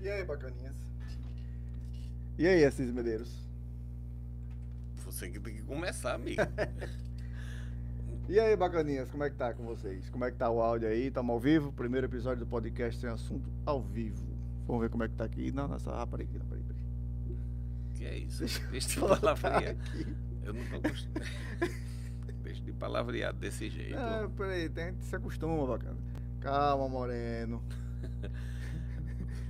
E aí, bacaninhas? E aí, Assis Medeiros? Você que tem que começar, amigo. E aí, bacaninhas, como é que tá com vocês? Como é que tá o áudio aí? Tamo ao vivo? Primeiro episódio do podcast tem assunto ao vivo. Vamos ver como é que tá aqui. Não, nessa. Ah, peraí, não, peraí, peraí. que é isso? Deixa eu Peixe de voltar palavreado. aqui. Eu não tô gostando. Peixe de palavreado desse jeito. Ah, peraí, tem que se acostuma, bacana. Calma, Moreno.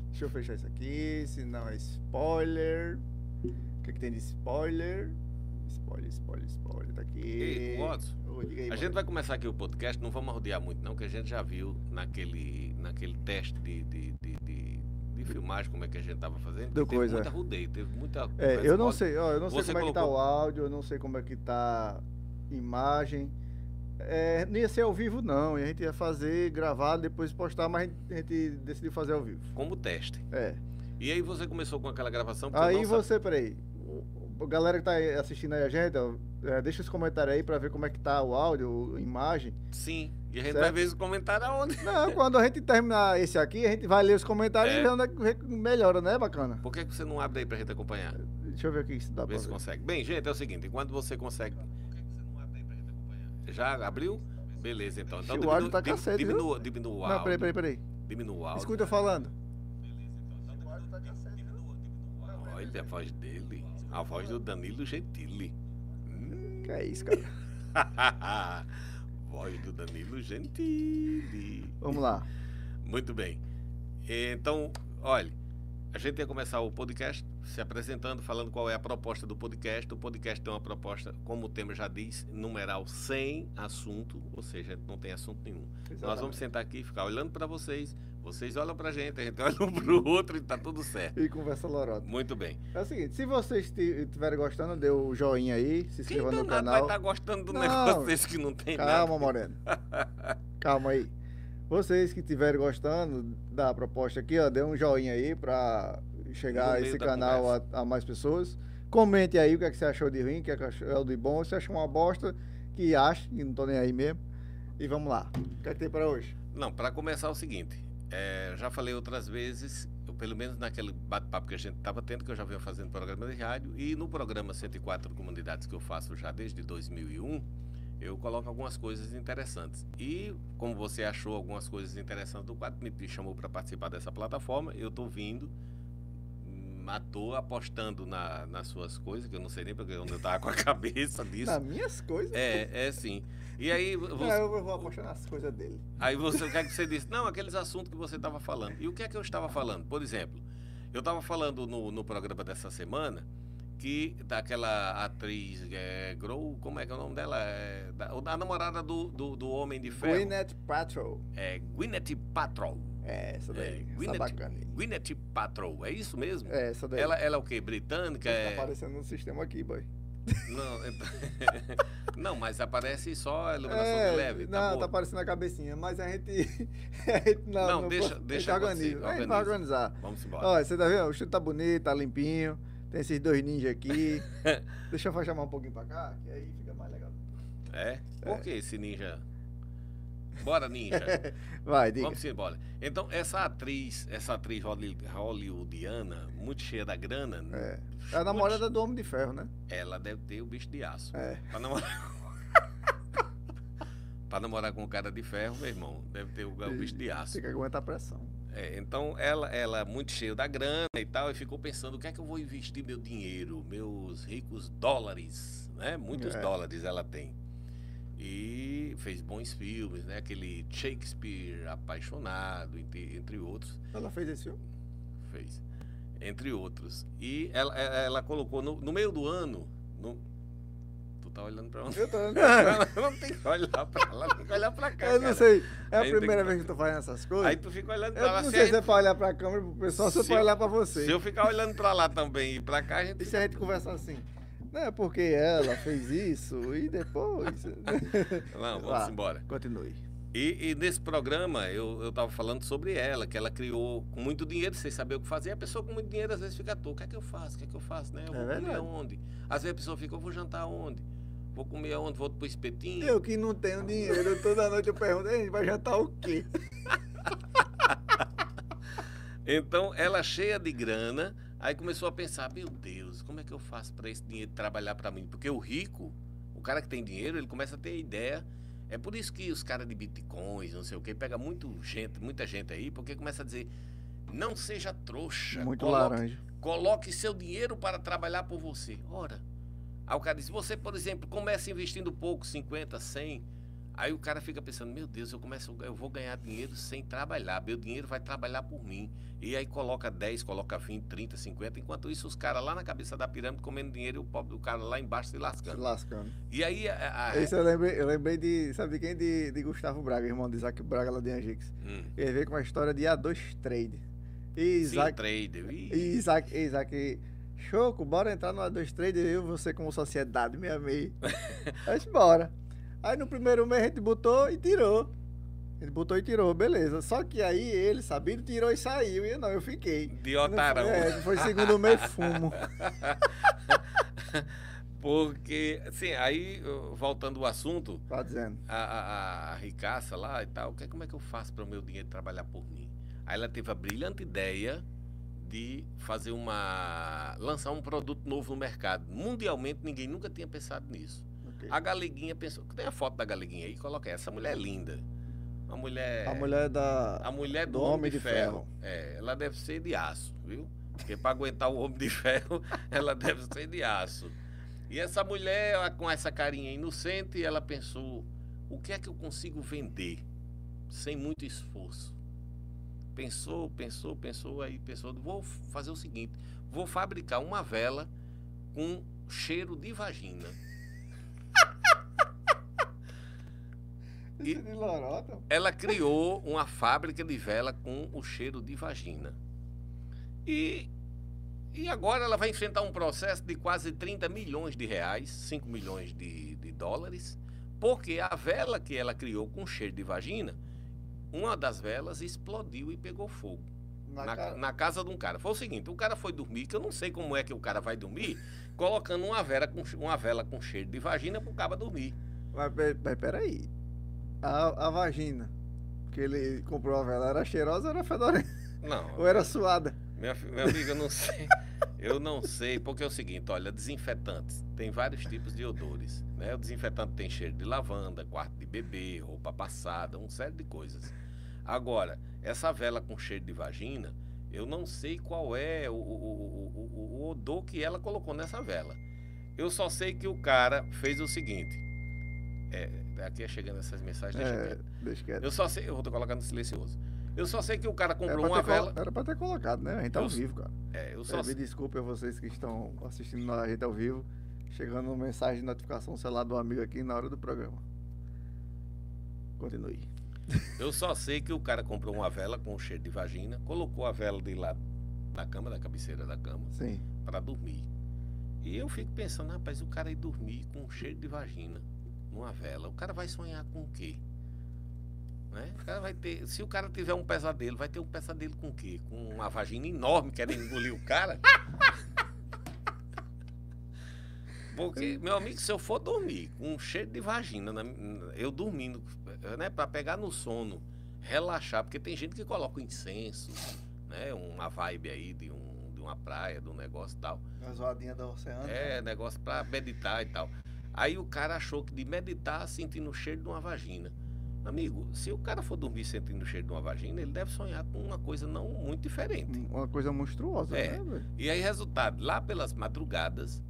Deixa eu fechar isso aqui, senão é spoiler. O que, que tem de spoiler? Spoiler, spoiler, spoiler. Tá aqui. Ei, Watson, Oi, diga aí, a Moreno. gente vai começar aqui o podcast, não vamos rodear muito, não, que a gente já viu naquele, naquele teste de, de, de, de, de filmagem como é que a gente tava fazendo. Deu teve coisa. muita rodeio, teve muita. É, conversa eu não mole. sei, ó, eu não sei Você como é que tá o colocou- áudio, eu não sei como é que tá a imagem. É, não ia ser ao vivo, não. E a gente ia fazer, gravar, depois postar, mas a gente, a gente decidiu fazer ao vivo. Como teste. É. E aí você começou com aquela gravação. porque eu Aí não sabia. você, peraí. o- o- Galera que tá aí assistindo aí a gente, ó, é, deixa os comentários aí pra ver como é que tá o áudio, a imagem. Sim. E a gente Certo. vai ver esse comentário aonde? Não, quando a gente terminar esse aqui, a gente vai ler os comentários e É. ver onde é que- que melhora, né? Bacana. Por que que você não abre aí pra gente acompanhar? Deixa eu ver o que isso dá pra Vê se ver. consegue. Bem, gente, é o seguinte, enquanto você consegue. Já abriu? Beleza, então. então Ixi, o áudio diminu- tá dim- cacete, viu? diminua, diminua o áudio. Não, peraí, peraí, peraí. Diminua o áudio. é. Escuta eu falando. Olha a voz dele. A voz do Danilo Gentili. Hum. Que é isso, cara? voz do Danilo Gentili. Vamos lá. Muito bem. Então, olha, a gente ia começar o podcast se apresentando, falando qual é a proposta do podcast. O podcast tem uma proposta, como o tema já diz, numeral sem assunto, ou seja, não tem assunto nenhum. Nós vamos sentar aqui e ficar olhando para vocês, vocês olham para a gente, a gente olha um para o outro e tá tudo certo. E conversa lorota. Muito bem. É o seguinte, se vocês estiverem gostando, dê o joinha aí, se Quem inscreva no danado Então, vai tá canal. estar gostando do Não. negócio desse que não tem Calma, Moreno. Calma aí. Vocês que estiverem gostando da proposta aqui, ó, dê um joinha aí pra No chegar meio esse da canal a, a mais pessoas. Comente aí o que, é que você achou de ruim, o que, é que achou de bom. Se achou uma bosta, que acha, que não tô nem aí mesmo. E vamos lá. O que é que tem pra hoje? Não, para começar é o seguinte, é, já falei outras vezes, eu, pelo menos naquele bate-papo que a gente estava tendo, que eu já venho fazendo programa de rádio, e no programa 104 Comunidades que eu faço já desde 2001, eu coloco algumas coisas interessantes. E como você achou algumas coisas interessantes do quadro, me chamou para participar dessa plataforma, eu estou vindo, matou apostando na- nas suas coisas, que eu não sei nem porque onde eu estava com a cabeça disso. Nas minhas coisas? É, é sim. E aí você, Tá. Não, eu vou apostar nas coisas dele. Aí você, o que é que você disse? Não, aqueles assuntos que você estava falando. E o que é que eu estava falando? Por exemplo, eu estava falando no, no programa dessa semana que daquela atriz é, Grow, como é que é o nome dela? É, da, a namorada do, do, do Homem de Ferro. Gwyneth Paltrow. É Gwyneth Paltrow. É, essa É, daí. essa Gwyneth- bacana. aí. Gwyneth Paltrow, é isso mesmo? É, essa daí. Ela, ela é o quê? Britânica? Tá É... aparecendo no sistema aqui, boy. Não, então- não, mas aparece só a iluminação de leve. Tá não, bom. tá aparecendo a cabecinha, mas a gente. a gente não, Não, não deixa- pode- deixa a gente organiza. acontecer, A gente vai organiza. organizar. Vamos embora. Olha, você tá vendo? O chute tá bonito, tá limpinho. Tem esses dois ninjas aqui. deixa eu chamar um pouquinho pra cá, que aí fica mais legal. É? Por que esse ninja? Bora, ninja. Vai, diga. Vamos embora. Então, essa atriz, essa atriz holly- hollywoodiana, muito cheia da grana, É. É muito- a namorada do Homem de Ferro, né? ela deve ter o bicho de aço. É. Pra namorar. pra namorar com um cara de ferro, meu irmão, deve ter o, o bicho de aço. Tem que aguentar a pressão. É, então ela, ela muito cheia da grana e tal, e ficou pensando o que é que eu vou investir meu dinheiro, meus ricos dólares, né? Muitos É. dólares ela tem. E fez bons filmes, né? Aquele Shakespeare apaixonado, entre, entre outros, Ela fez esse filme? fez, entre outros. E ela, ela- ela colocou no, no meio do ano, no- tu tá olhando pra onde? Eu tô. Não tem que olhar pra lá, tem que olhar pra cá. Eu não cara. sei. É a Aí tem primeira que- vez que eu tô fazendo essas coisas. Aí tu fica olhando pra eu lá. não se sei a se é pra olhar pra câmera pro pessoal, se é Se pra eu- olhar pra você. Se eu ficar olhando pra lá também e pra cá, a gente. E se a gente conversar assim? Não é porque ela fez isso e depois. Não, vamos é Lá. embora. Continue. E, e nesse programa eu, eu tava falando sobre ela, que ela criou com muito dinheiro, sem saber o que fazer. E a pessoa com muito dinheiro às vezes fica à toa. O que é que eu faço? O que é que eu faço? Né? Eu É vou comer verdade. aonde? Às vezes a pessoa fica, eu vou jantar aonde? Vou comer aonde? Vou pro espetinho? Eu que não tenho dinheiro, toda noite eu pergunto, "Ei, vai jantar o quê? Então, ela cheia de grana, aí começou a pensar: meu Deus, como é que eu faço para esse dinheiro trabalhar para mim? Porque o rico, o cara que tem dinheiro, ele começa a ter ideia. É por isso que os caras de bitcoins, não sei o quê, pega muito gente, muita gente aí, porque começa a dizer: não seja trouxa. Muito coloque- laranja. Coloque seu dinheiro para trabalhar por você. Ora, aí o cara diz: você, por exemplo, começa investindo pouco, 50, 100. Aí o cara fica pensando: meu Deus, eu, começo, eu vou ganhar dinheiro sem trabalhar, meu dinheiro vai trabalhar por mim. E aí coloca 10, coloca 20, 30, 50. Enquanto isso, os caras lá na cabeça da pirâmide comendo dinheiro e o pobre do cara lá embaixo se Se lascando. lascando. E aí. A, a- Isso eu lembrei, eu lembrei de. Sabe de quem? De, de Gustavo Braga, irmão de Isaac Braga lá de Angix. Hum, Ele veio com uma história de A2 Trade. E sim, Isaac. trader. e Ih, Isaac, e Isaac. Choco, bora entrar no A2 Trade, eu e você como sociedade, me amei. Aí disse, bora. Aí no primeiro mês a gente botou e tirou. Ele botou e tirou, beleza. Só que aí ele, sabendo, tirou e saiu. E eu não, eu fiquei. de Não foi- otarão. É, foi segundo mês fumo. Porque, assim, aí, uh, voltando ao assunto, Tá dizendo. a, a, a- a ricaça lá e tal, que, como é que eu faço para o meu dinheiro trabalhar por mim? Aí ela teve a brilhante ideia de fazer uma. lançar um produto novo no mercado. Mundialmente ninguém nunca tinha pensado nisso. Ok. A galeguinha pensou. Tem a foto da galeguinha aí, coloca aí. Essa mulher é linda. Uma mulher. A mulher é da. A mulher é do, Homem, de, ferro. É, ela deve ser de aço, viu? Porque para aguentar o Homem de Ferro, ela deve ser de aço. E essa mulher, ela com essa carinha inocente, ela pensou: o que é que eu consigo vender sem muito esforço? Pensou, pensou, pensou, aí pensou: vou fazer o seguinte, vou fabricar uma vela com cheiro de vagina. Isso é de lorota? Ela criou uma fábrica de vela com o cheiro de vagina. E, e agora ela vai enfrentar um processo de quase 30 milhões de reais, 5 milhões de, de dólares, porque a vela que ela criou com cheiro de vagina, uma das velas explodiu e pegou fogo Na, na, cara. na casa de um cara. Foi o seguinte, o cara foi dormir, que eu não sei como é que o cara vai dormir, colocando uma vela com, che- uma vela com cheiro de vagina pro cara dormir. Mas, pe- mas peraí. A, a vagina que ele comprou a vela era cheirosa ou era fedorenta? Não. Ou era suada? Minha, fi- meu amigo, eu não sei. Eu não sei, porque é o seguinte, olha, desinfetantes. Tem vários tipos de odores. Né? O desinfetante tem cheiro de lavanda, quarto de bebê, roupa passada, uma série de coisas. Agora, essa vela com cheiro de vagina, eu não sei qual é o, o- o- o- o- o odor que ela colocou nessa vela. Eu só sei que o cara fez o seguinte. É, aqui é chegando essas mensagens, deixa É, quieto. deixa quieto. Eu só sei, eu vou colocar no silencioso. Eu só sei que o cara Era comprou pra, uma É, ter colo- vela. era pra ter colocado, né? A gente tá ao Eu- vivo, cara. É, eu É, só Me desculpe a vocês que estão assistindo a gente ao vivo. Chegando mensagem de notificação, sei lá, do amigo aqui na hora do programa. Continue. Eu só sei que o cara comprou uma vela com cheiro de vagina, colocou a vela de lado na cama, da cabeceira da cama, Sim. para dormir. E eu fico pensando, rapaz, o cara ir dormir com um cheiro de vagina numa vela, o cara vai sonhar com o quê? Né? O cara vai ter, se o cara tiver um pesadelo, vai ter um pesadelo com o quê? Com uma vagina enorme querendo engolir o cara? Porque, meu amigo, se eu for dormir com um cheiro de vagina, na- eu dormindo, né, para pegar no sono, relaxar, porque tem gente que coloca incenso, né, uma vibe aí de, um, de uma praia, de um negócio e tal. A zoadinha do oceano. É, negócio pra meditar e tal. Aí o cara achou que de meditar sentindo o cheiro de uma vagina. Amigo, se o cara for dormir sentindo o cheiro de uma vagina, ele deve sonhar com uma coisa não muito diferente. Uma coisa monstruosa, né, É. velho? E aí, resultado, lá pelas madrugadas,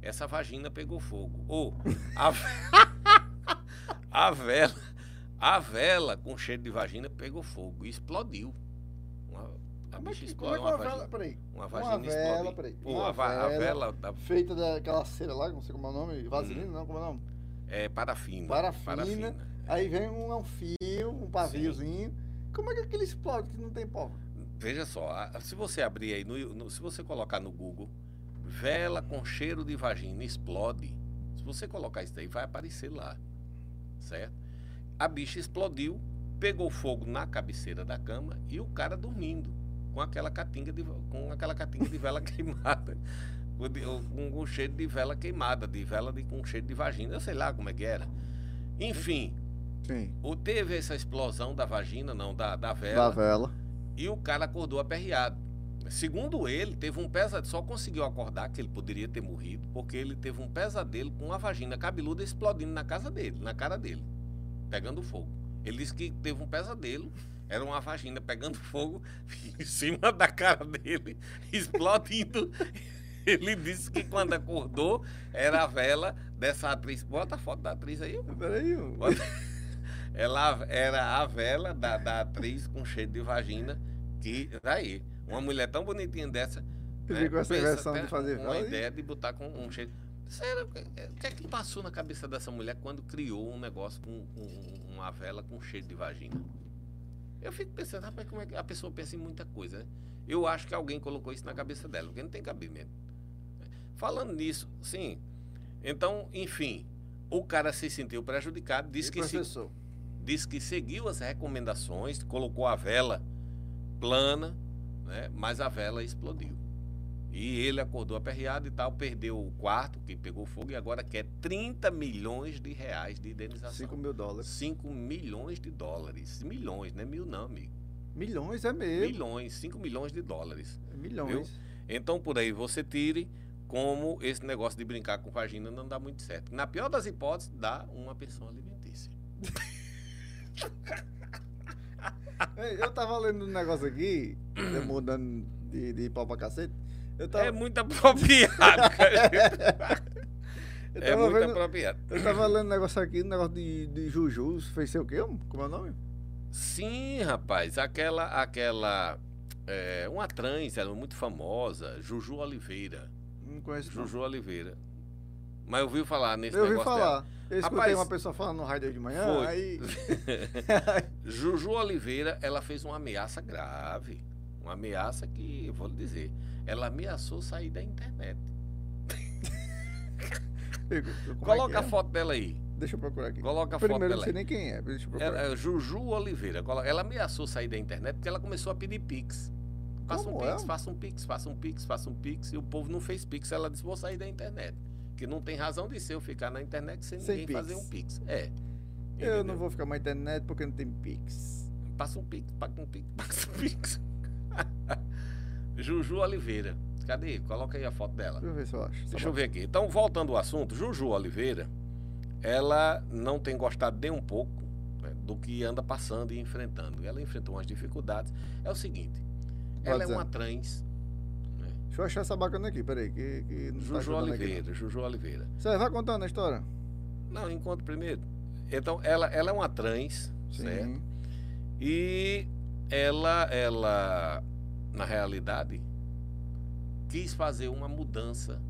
essa vagina pegou fogo. Ou a, ve- a vela, a vela com cheiro de vagina pegou fogo e explodiu. Uma, a Como é bicha que, como é Tá que uma explode uma vagina. vela. Peraí. Uma vagina Uma vela, explode. peraí. Pô, a, va- a vela tá, da- Feita daquela cera lá, não sei como é o nome, vaselina, não, como é o nome. é parafina. Parafina. Aí vem um, um fio, um paviozinho. Como é que aquele explode que não tem pó? Veja só, a- se você abrir aí, no, no- se você colocar no Google, vela com cheiro de vagina explode. Se você colocar isso daí, vai aparecer lá. Certo? A bicha explodiu, pegou fogo na cabeceira da cama e o cara dormindo com aquela catinga de, com aquela catinga de vela queimada. Com de- Com o cheiro de vela queimada, de vela de, com cheiro de vagina, eu sei lá como é que era. Enfim, Sim. o, teve essa explosão da vagina, não, da, da Da vela. vela. E o cara acordou aperreado. Segundo ele, teve um pesadelo, só conseguiu acordar que ele poderia ter morrido, porque ele teve um pesadelo com uma vagina cabeluda explodindo na casa dele, na cara dele, pegando fogo. Ele disse que teve um pesadelo, era uma vagina pegando fogo em cima da cara dele, explodindo. Ele disse que quando acordou, era a vela dessa atriz. Bota a foto da atriz aí. mano. Peraí, um eu- Bota- Ela É era a vela da, da atriz com cheiro de vagina. Que daí, uma mulher tão bonitinha dessa. Tu ficou essa Né? pensa versão até de fazer Uma vela aí? ideia de botar com um cheiro. Sério, o que é que passou na cabeça dessa mulher quando criou um negócio com um- uma vela com cheiro de vagina? Eu fico pensando, rapaz, como é que a pessoa pensa em muita coisa, né? Eu acho que alguém colocou isso na cabeça dela, porque não tem cabimento. Falando nisso, sim. Então, enfim, o cara se sentiu prejudicado, disse E que, se, professor. disse que seguiu as recomendações, colocou a vela plana, né? mas a vela explodiu. E ele acordou aperreado e tal, perdeu o quarto, que pegou fogo, e agora quer 30 milhões de reais de indenização. 5 mil dólares. 5 milhões de dólares. Milhões, não é mil não, amigo. Milhões é mesmo. Milhões, 5 milhões de dólares. Milhões. Então, por aí você tire como esse negócio de brincar com vagina não dá muito certo. Na pior das hipóteses, dá uma pensão alimentícia. Ei, Eu tava lendo um negócio aqui, eu mudando de, de pau pra cacete. Eu tava, É muito apropriado, cara. eu É tava muito vendo, apropriado. eu tava lendo um negócio aqui, um negócio de, de Jujus, fez sei o quê? homem? Como é o nome? Sim, rapaz, aquela, aquela, é, uma trans, ela é muito famosa, Juju Oliveira. Não conheço. não. Juju Oliveira. Mas eu ouvi falar nesse Eu ouvi negócio falar. Eu escutei Rapaz, uma pessoa falando no rádio de manhã, foi. aí. Juju Oliveira, ela fez uma ameaça grave. Uma ameaça que, eu vou lhe dizer, ela ameaçou sair da internet. Fico, como é Coloca que é? a foto dela aí. Deixa eu procurar aqui. Coloca a Primeiro, eu não foto sei dela nem quem é. Deixa eu aí. procurar. Ela, Juju Oliveira, colo- ela ameaçou sair da internet porque ela começou a pedir pix. Faça um Como é? pix, faça um pix, faça um pix, faça um pix. E o povo não fez pix, ela disse, vou sair da internet. Que não tem razão de ser eu ficar na internet sem, Sem ninguém pix. fazer um pix. É. Eu Entendeu? não vou ficar mais na internet porque não tem Pix. Passa um pix, paga um pix, passa um pix. Juju Oliveira. Cadê? Coloca aí a foto dela. Deixa eu ver se eu acho. Deixa eu ver aqui. Então, voltando ao assunto, Juju Oliveira, ela não tem gostado nem um pouco né, do que anda passando e enfrentando. Ela enfrentou umas dificuldades. É o seguinte, Vai Tá ela é dizendo. uma trans, Deixa eu achar essa bacana aqui, peraí. Que, que não tá Juju ajudando aqui, Oliveira, Juju Oliveira. não. Você vai contando a história? Não, encontro primeiro. Então, ela, ela é uma trans, certo? E ela, ela, na realidade, quis fazer uma mudança,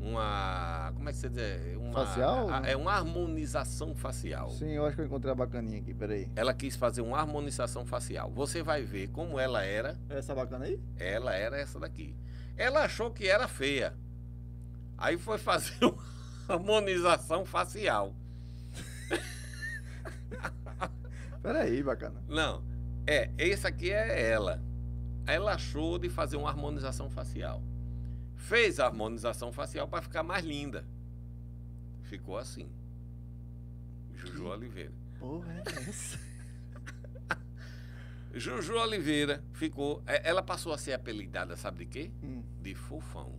uma, como é que você diz? Uma, Facial? a- é uma harmonização facial. Sim, eu acho que eu encontrei a bacaninha aqui, peraí. Ela quis fazer uma harmonização facial. Você vai ver como ela era. É essa bacana aí? Ela era essa daqui. Ela achou que era feia. Aí foi fazer uma harmonização facial. Peraí, bacana. Não, é, esse aqui é ela. Ela achou de fazer uma harmonização facial. Fez a harmonização facial para ficar mais linda. Ficou assim. Juju Oliveira. Porra, é essa? Juju Oliveira ficou. é, Ela passou a ser apelidada, sabe de quê? Hum. De fofão.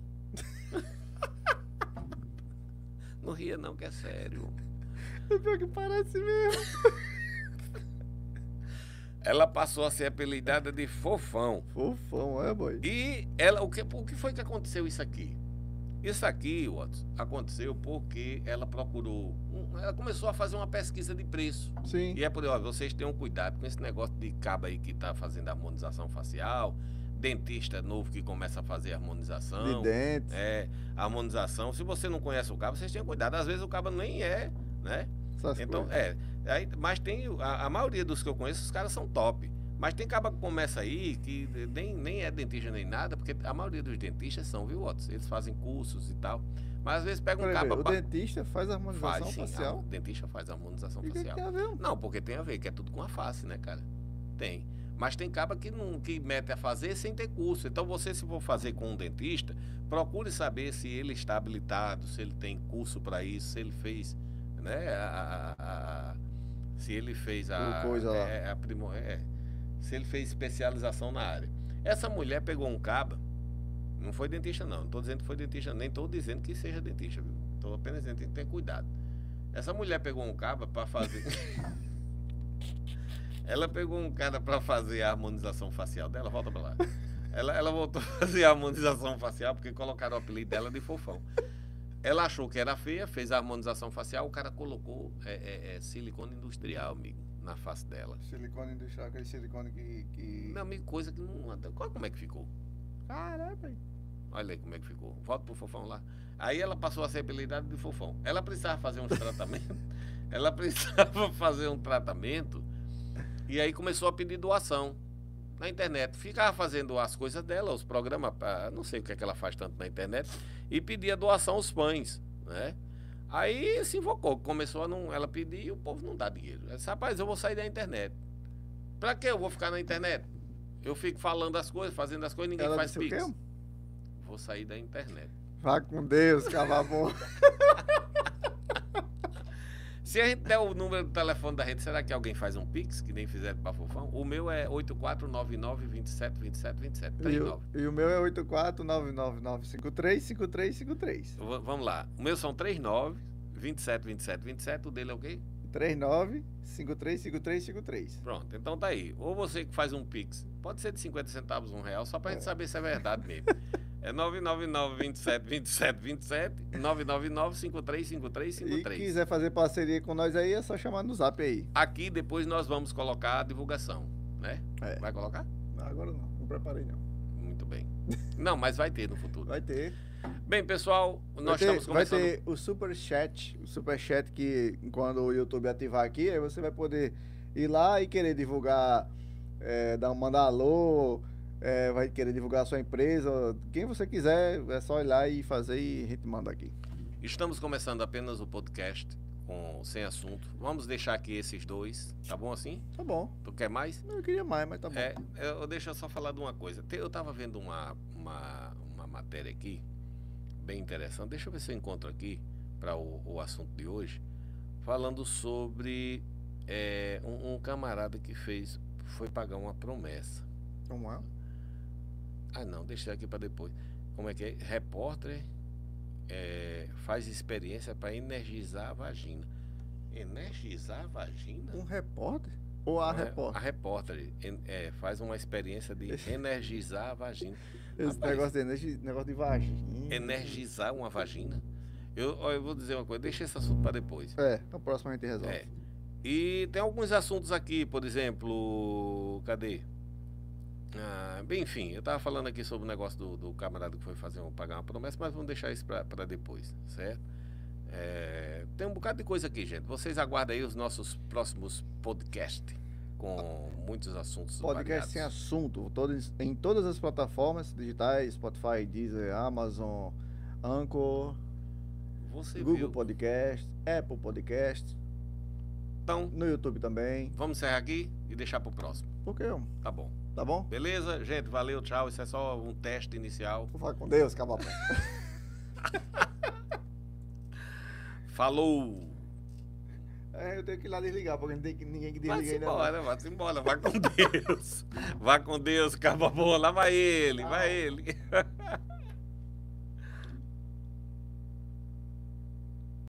não ria, não, que é sério. É pior que parece mesmo. Ela passou a ser apelidada de fofão. Fofão, é, boy? E ela, o, que, o que foi que aconteceu isso aqui? Isso aqui, Watson, aconteceu porque ela procurou. um- Ela começou a fazer uma pesquisa de preço. Sim. E é por aí, ó, vocês tenham cuidado com esse negócio de caba aí que tá fazendo harmonização facial, dentista novo que começa a fazer De harmonização. dente. É, harmonização. Se você não conhece o cabo, vocês tenham cuidado. Às vezes o cabo nem é, né? Essas Então, coisas. é. Aí, mas tem. A, a maioria dos que eu conheço, os caras são top. Mas tem caba que começa aí, que nem, nem é dentista nem nada, porque a maioria dos dentistas são, viu, Otto? Eles fazem cursos e tal. Mas às vezes pega um Peraí, caba. peraí, o ba- dentista faz a harmonização faz, sim, a- facial. O dentista faz harmonização E o que, que facial. tem a ver? Não, porque tem a ver, que é tudo com a face, né, cara? Tem. Mas tem caba que, não, que mete a fazer sem ter curso. Então, você, se for fazer com um dentista, procure saber se ele está habilitado, se ele tem curso para isso, se ele fez, né, a- a- a- a- se ele fez a... O coisa lá. É, a primo- é. se ele fez especialização na área. Essa mulher pegou um caba, não foi dentista não, não estou dizendo que foi dentista, nem estou dizendo que seja dentista, viu? Estou apenas dizendo que tem que ter cuidado. Essa mulher pegou um caba para fazer... ela pegou um cara para fazer a harmonização facial dela, volta para lá. Ela, ela voltou a fazer a harmonização facial porque colocaram o apelido dela de fofão. Ela achou que era feia, fez a harmonização facial, o cara colocou é, é, é, silicone industrial, amigo, na face dela. Silicone industrial, aquele silicone que. que... Não, amigo, coisa que não. anda. Olha como é que ficou. Caramba, Olha aí como é que ficou. Volta pro fofão lá. Aí ela passou a ser apelidada de fofão. Ela precisava fazer uns tratamentos. ela precisava fazer um tratamento. E aí começou a pedir doação na internet. Ficava fazendo as coisas dela, os programas, ah, não sei o que é que ela faz tanto na internet, e pedia doação aos pães, né? Aí se invocou, começou a não, ela pedir e o povo não dá dinheiro. Ela disse, rapaz, eu vou sair da internet. Pra que eu vou ficar na internet? Eu fico falando as coisas, fazendo as coisas, ninguém Ela faz disse o pix. quê? Vou sair da internet. Vá com Deus, cavabom. Se a gente der o número do telefone da gente, será que alguém faz um pix, que nem fizeram pra fofão? O meu é 8499 27 27 27 e, 39. o, e o meu é 84999535353. Eu vou- Vamos lá. O meu são 39, 27, 27, 27. O dele é o quê? 39535353. Pronto. Então tá aí. Ou você que faz um Pix. Pode ser de 50 centavos, um real, só pra gente saber se é verdade mesmo. É 999 27 27 27 999 53 53 E 53. quiser fazer parceria com nós aí, é só chamar no zap aí. Aqui depois nós vamos colocar a divulgação, né? É. Vai colocar? Não, agora não, não preparei não. Muito bem. Não, mas vai ter no futuro. Vai ter. Bem, pessoal, vai nós ter, estamos vai ter começando. o super chat, o super chat que quando o YouTube ativar aqui, aí você vai poder ir lá e querer divulgar, é, dar um mandar alô, é, vai querer divulgar a sua empresa, quem você quiser, é só ir lá e fazer e a gente manda aqui. Estamos começando apenas o podcast com sem assunto. Vamos deixar aqui esses dois, tá bom assim? Tá bom. Tu quer mais? Não, eu queria mais, mas tá bom. É, eu, eu- deixa eu só falar de uma coisa. Te- Eu estava vendo uma, uma, uma matéria aqui, bem interessante. Deixa eu ver se eu encontro aqui para o, o assunto de hoje, falando sobre é, um, um camarada que fez, foi pagar uma promessa. Como é? Ah, não, deixei aqui para depois. Como é que é? Repórter é, faz experiência para energizar a vagina. Energizar a vagina? Um repórter? Ou a Não é- repórter? A repórter en- é, faz uma experiência de energizar a vagina. Esse rapaz. negócio de, energi- negócio de vagina. Energizar uma vagina? Eu, ó, eu vou dizer uma coisa, deixa esse assunto para depois. É, na próxima a gente resolve. É. E tem alguns assuntos aqui, por exemplo, cadê? Ah, bem, enfim, eu estava falando aqui sobre o negócio do, do camarada que foi fazer um, pagar uma promessa, mas vamos deixar isso para depois, certo? É, tem um bocado de coisa aqui, gente. Vocês aguardem aí os nossos próximos podcasts com muitos assuntos Podcast sem variados. assunto, todos, em todas as plataformas digitais, Spotify, Deezer, Amazon, Anchor, Você Google viu? Podcast, Apple Podcast, Então, no YouTube também. vamos encerrar aqui e deixar para o próximo. Porque, Tá bom. tá bom? Beleza? Gente, valeu, tchau. Isso é só um teste inicial. Fala com Deus, cabapão. Falou! É, eu tenho que ir lá desligar, porque não tem que- ninguém que Vai desliga se ainda. não. embora, vai se embora, vá com Deus. Vá com Deus, caba boa, lá vai ele, Tá vai bom. ele.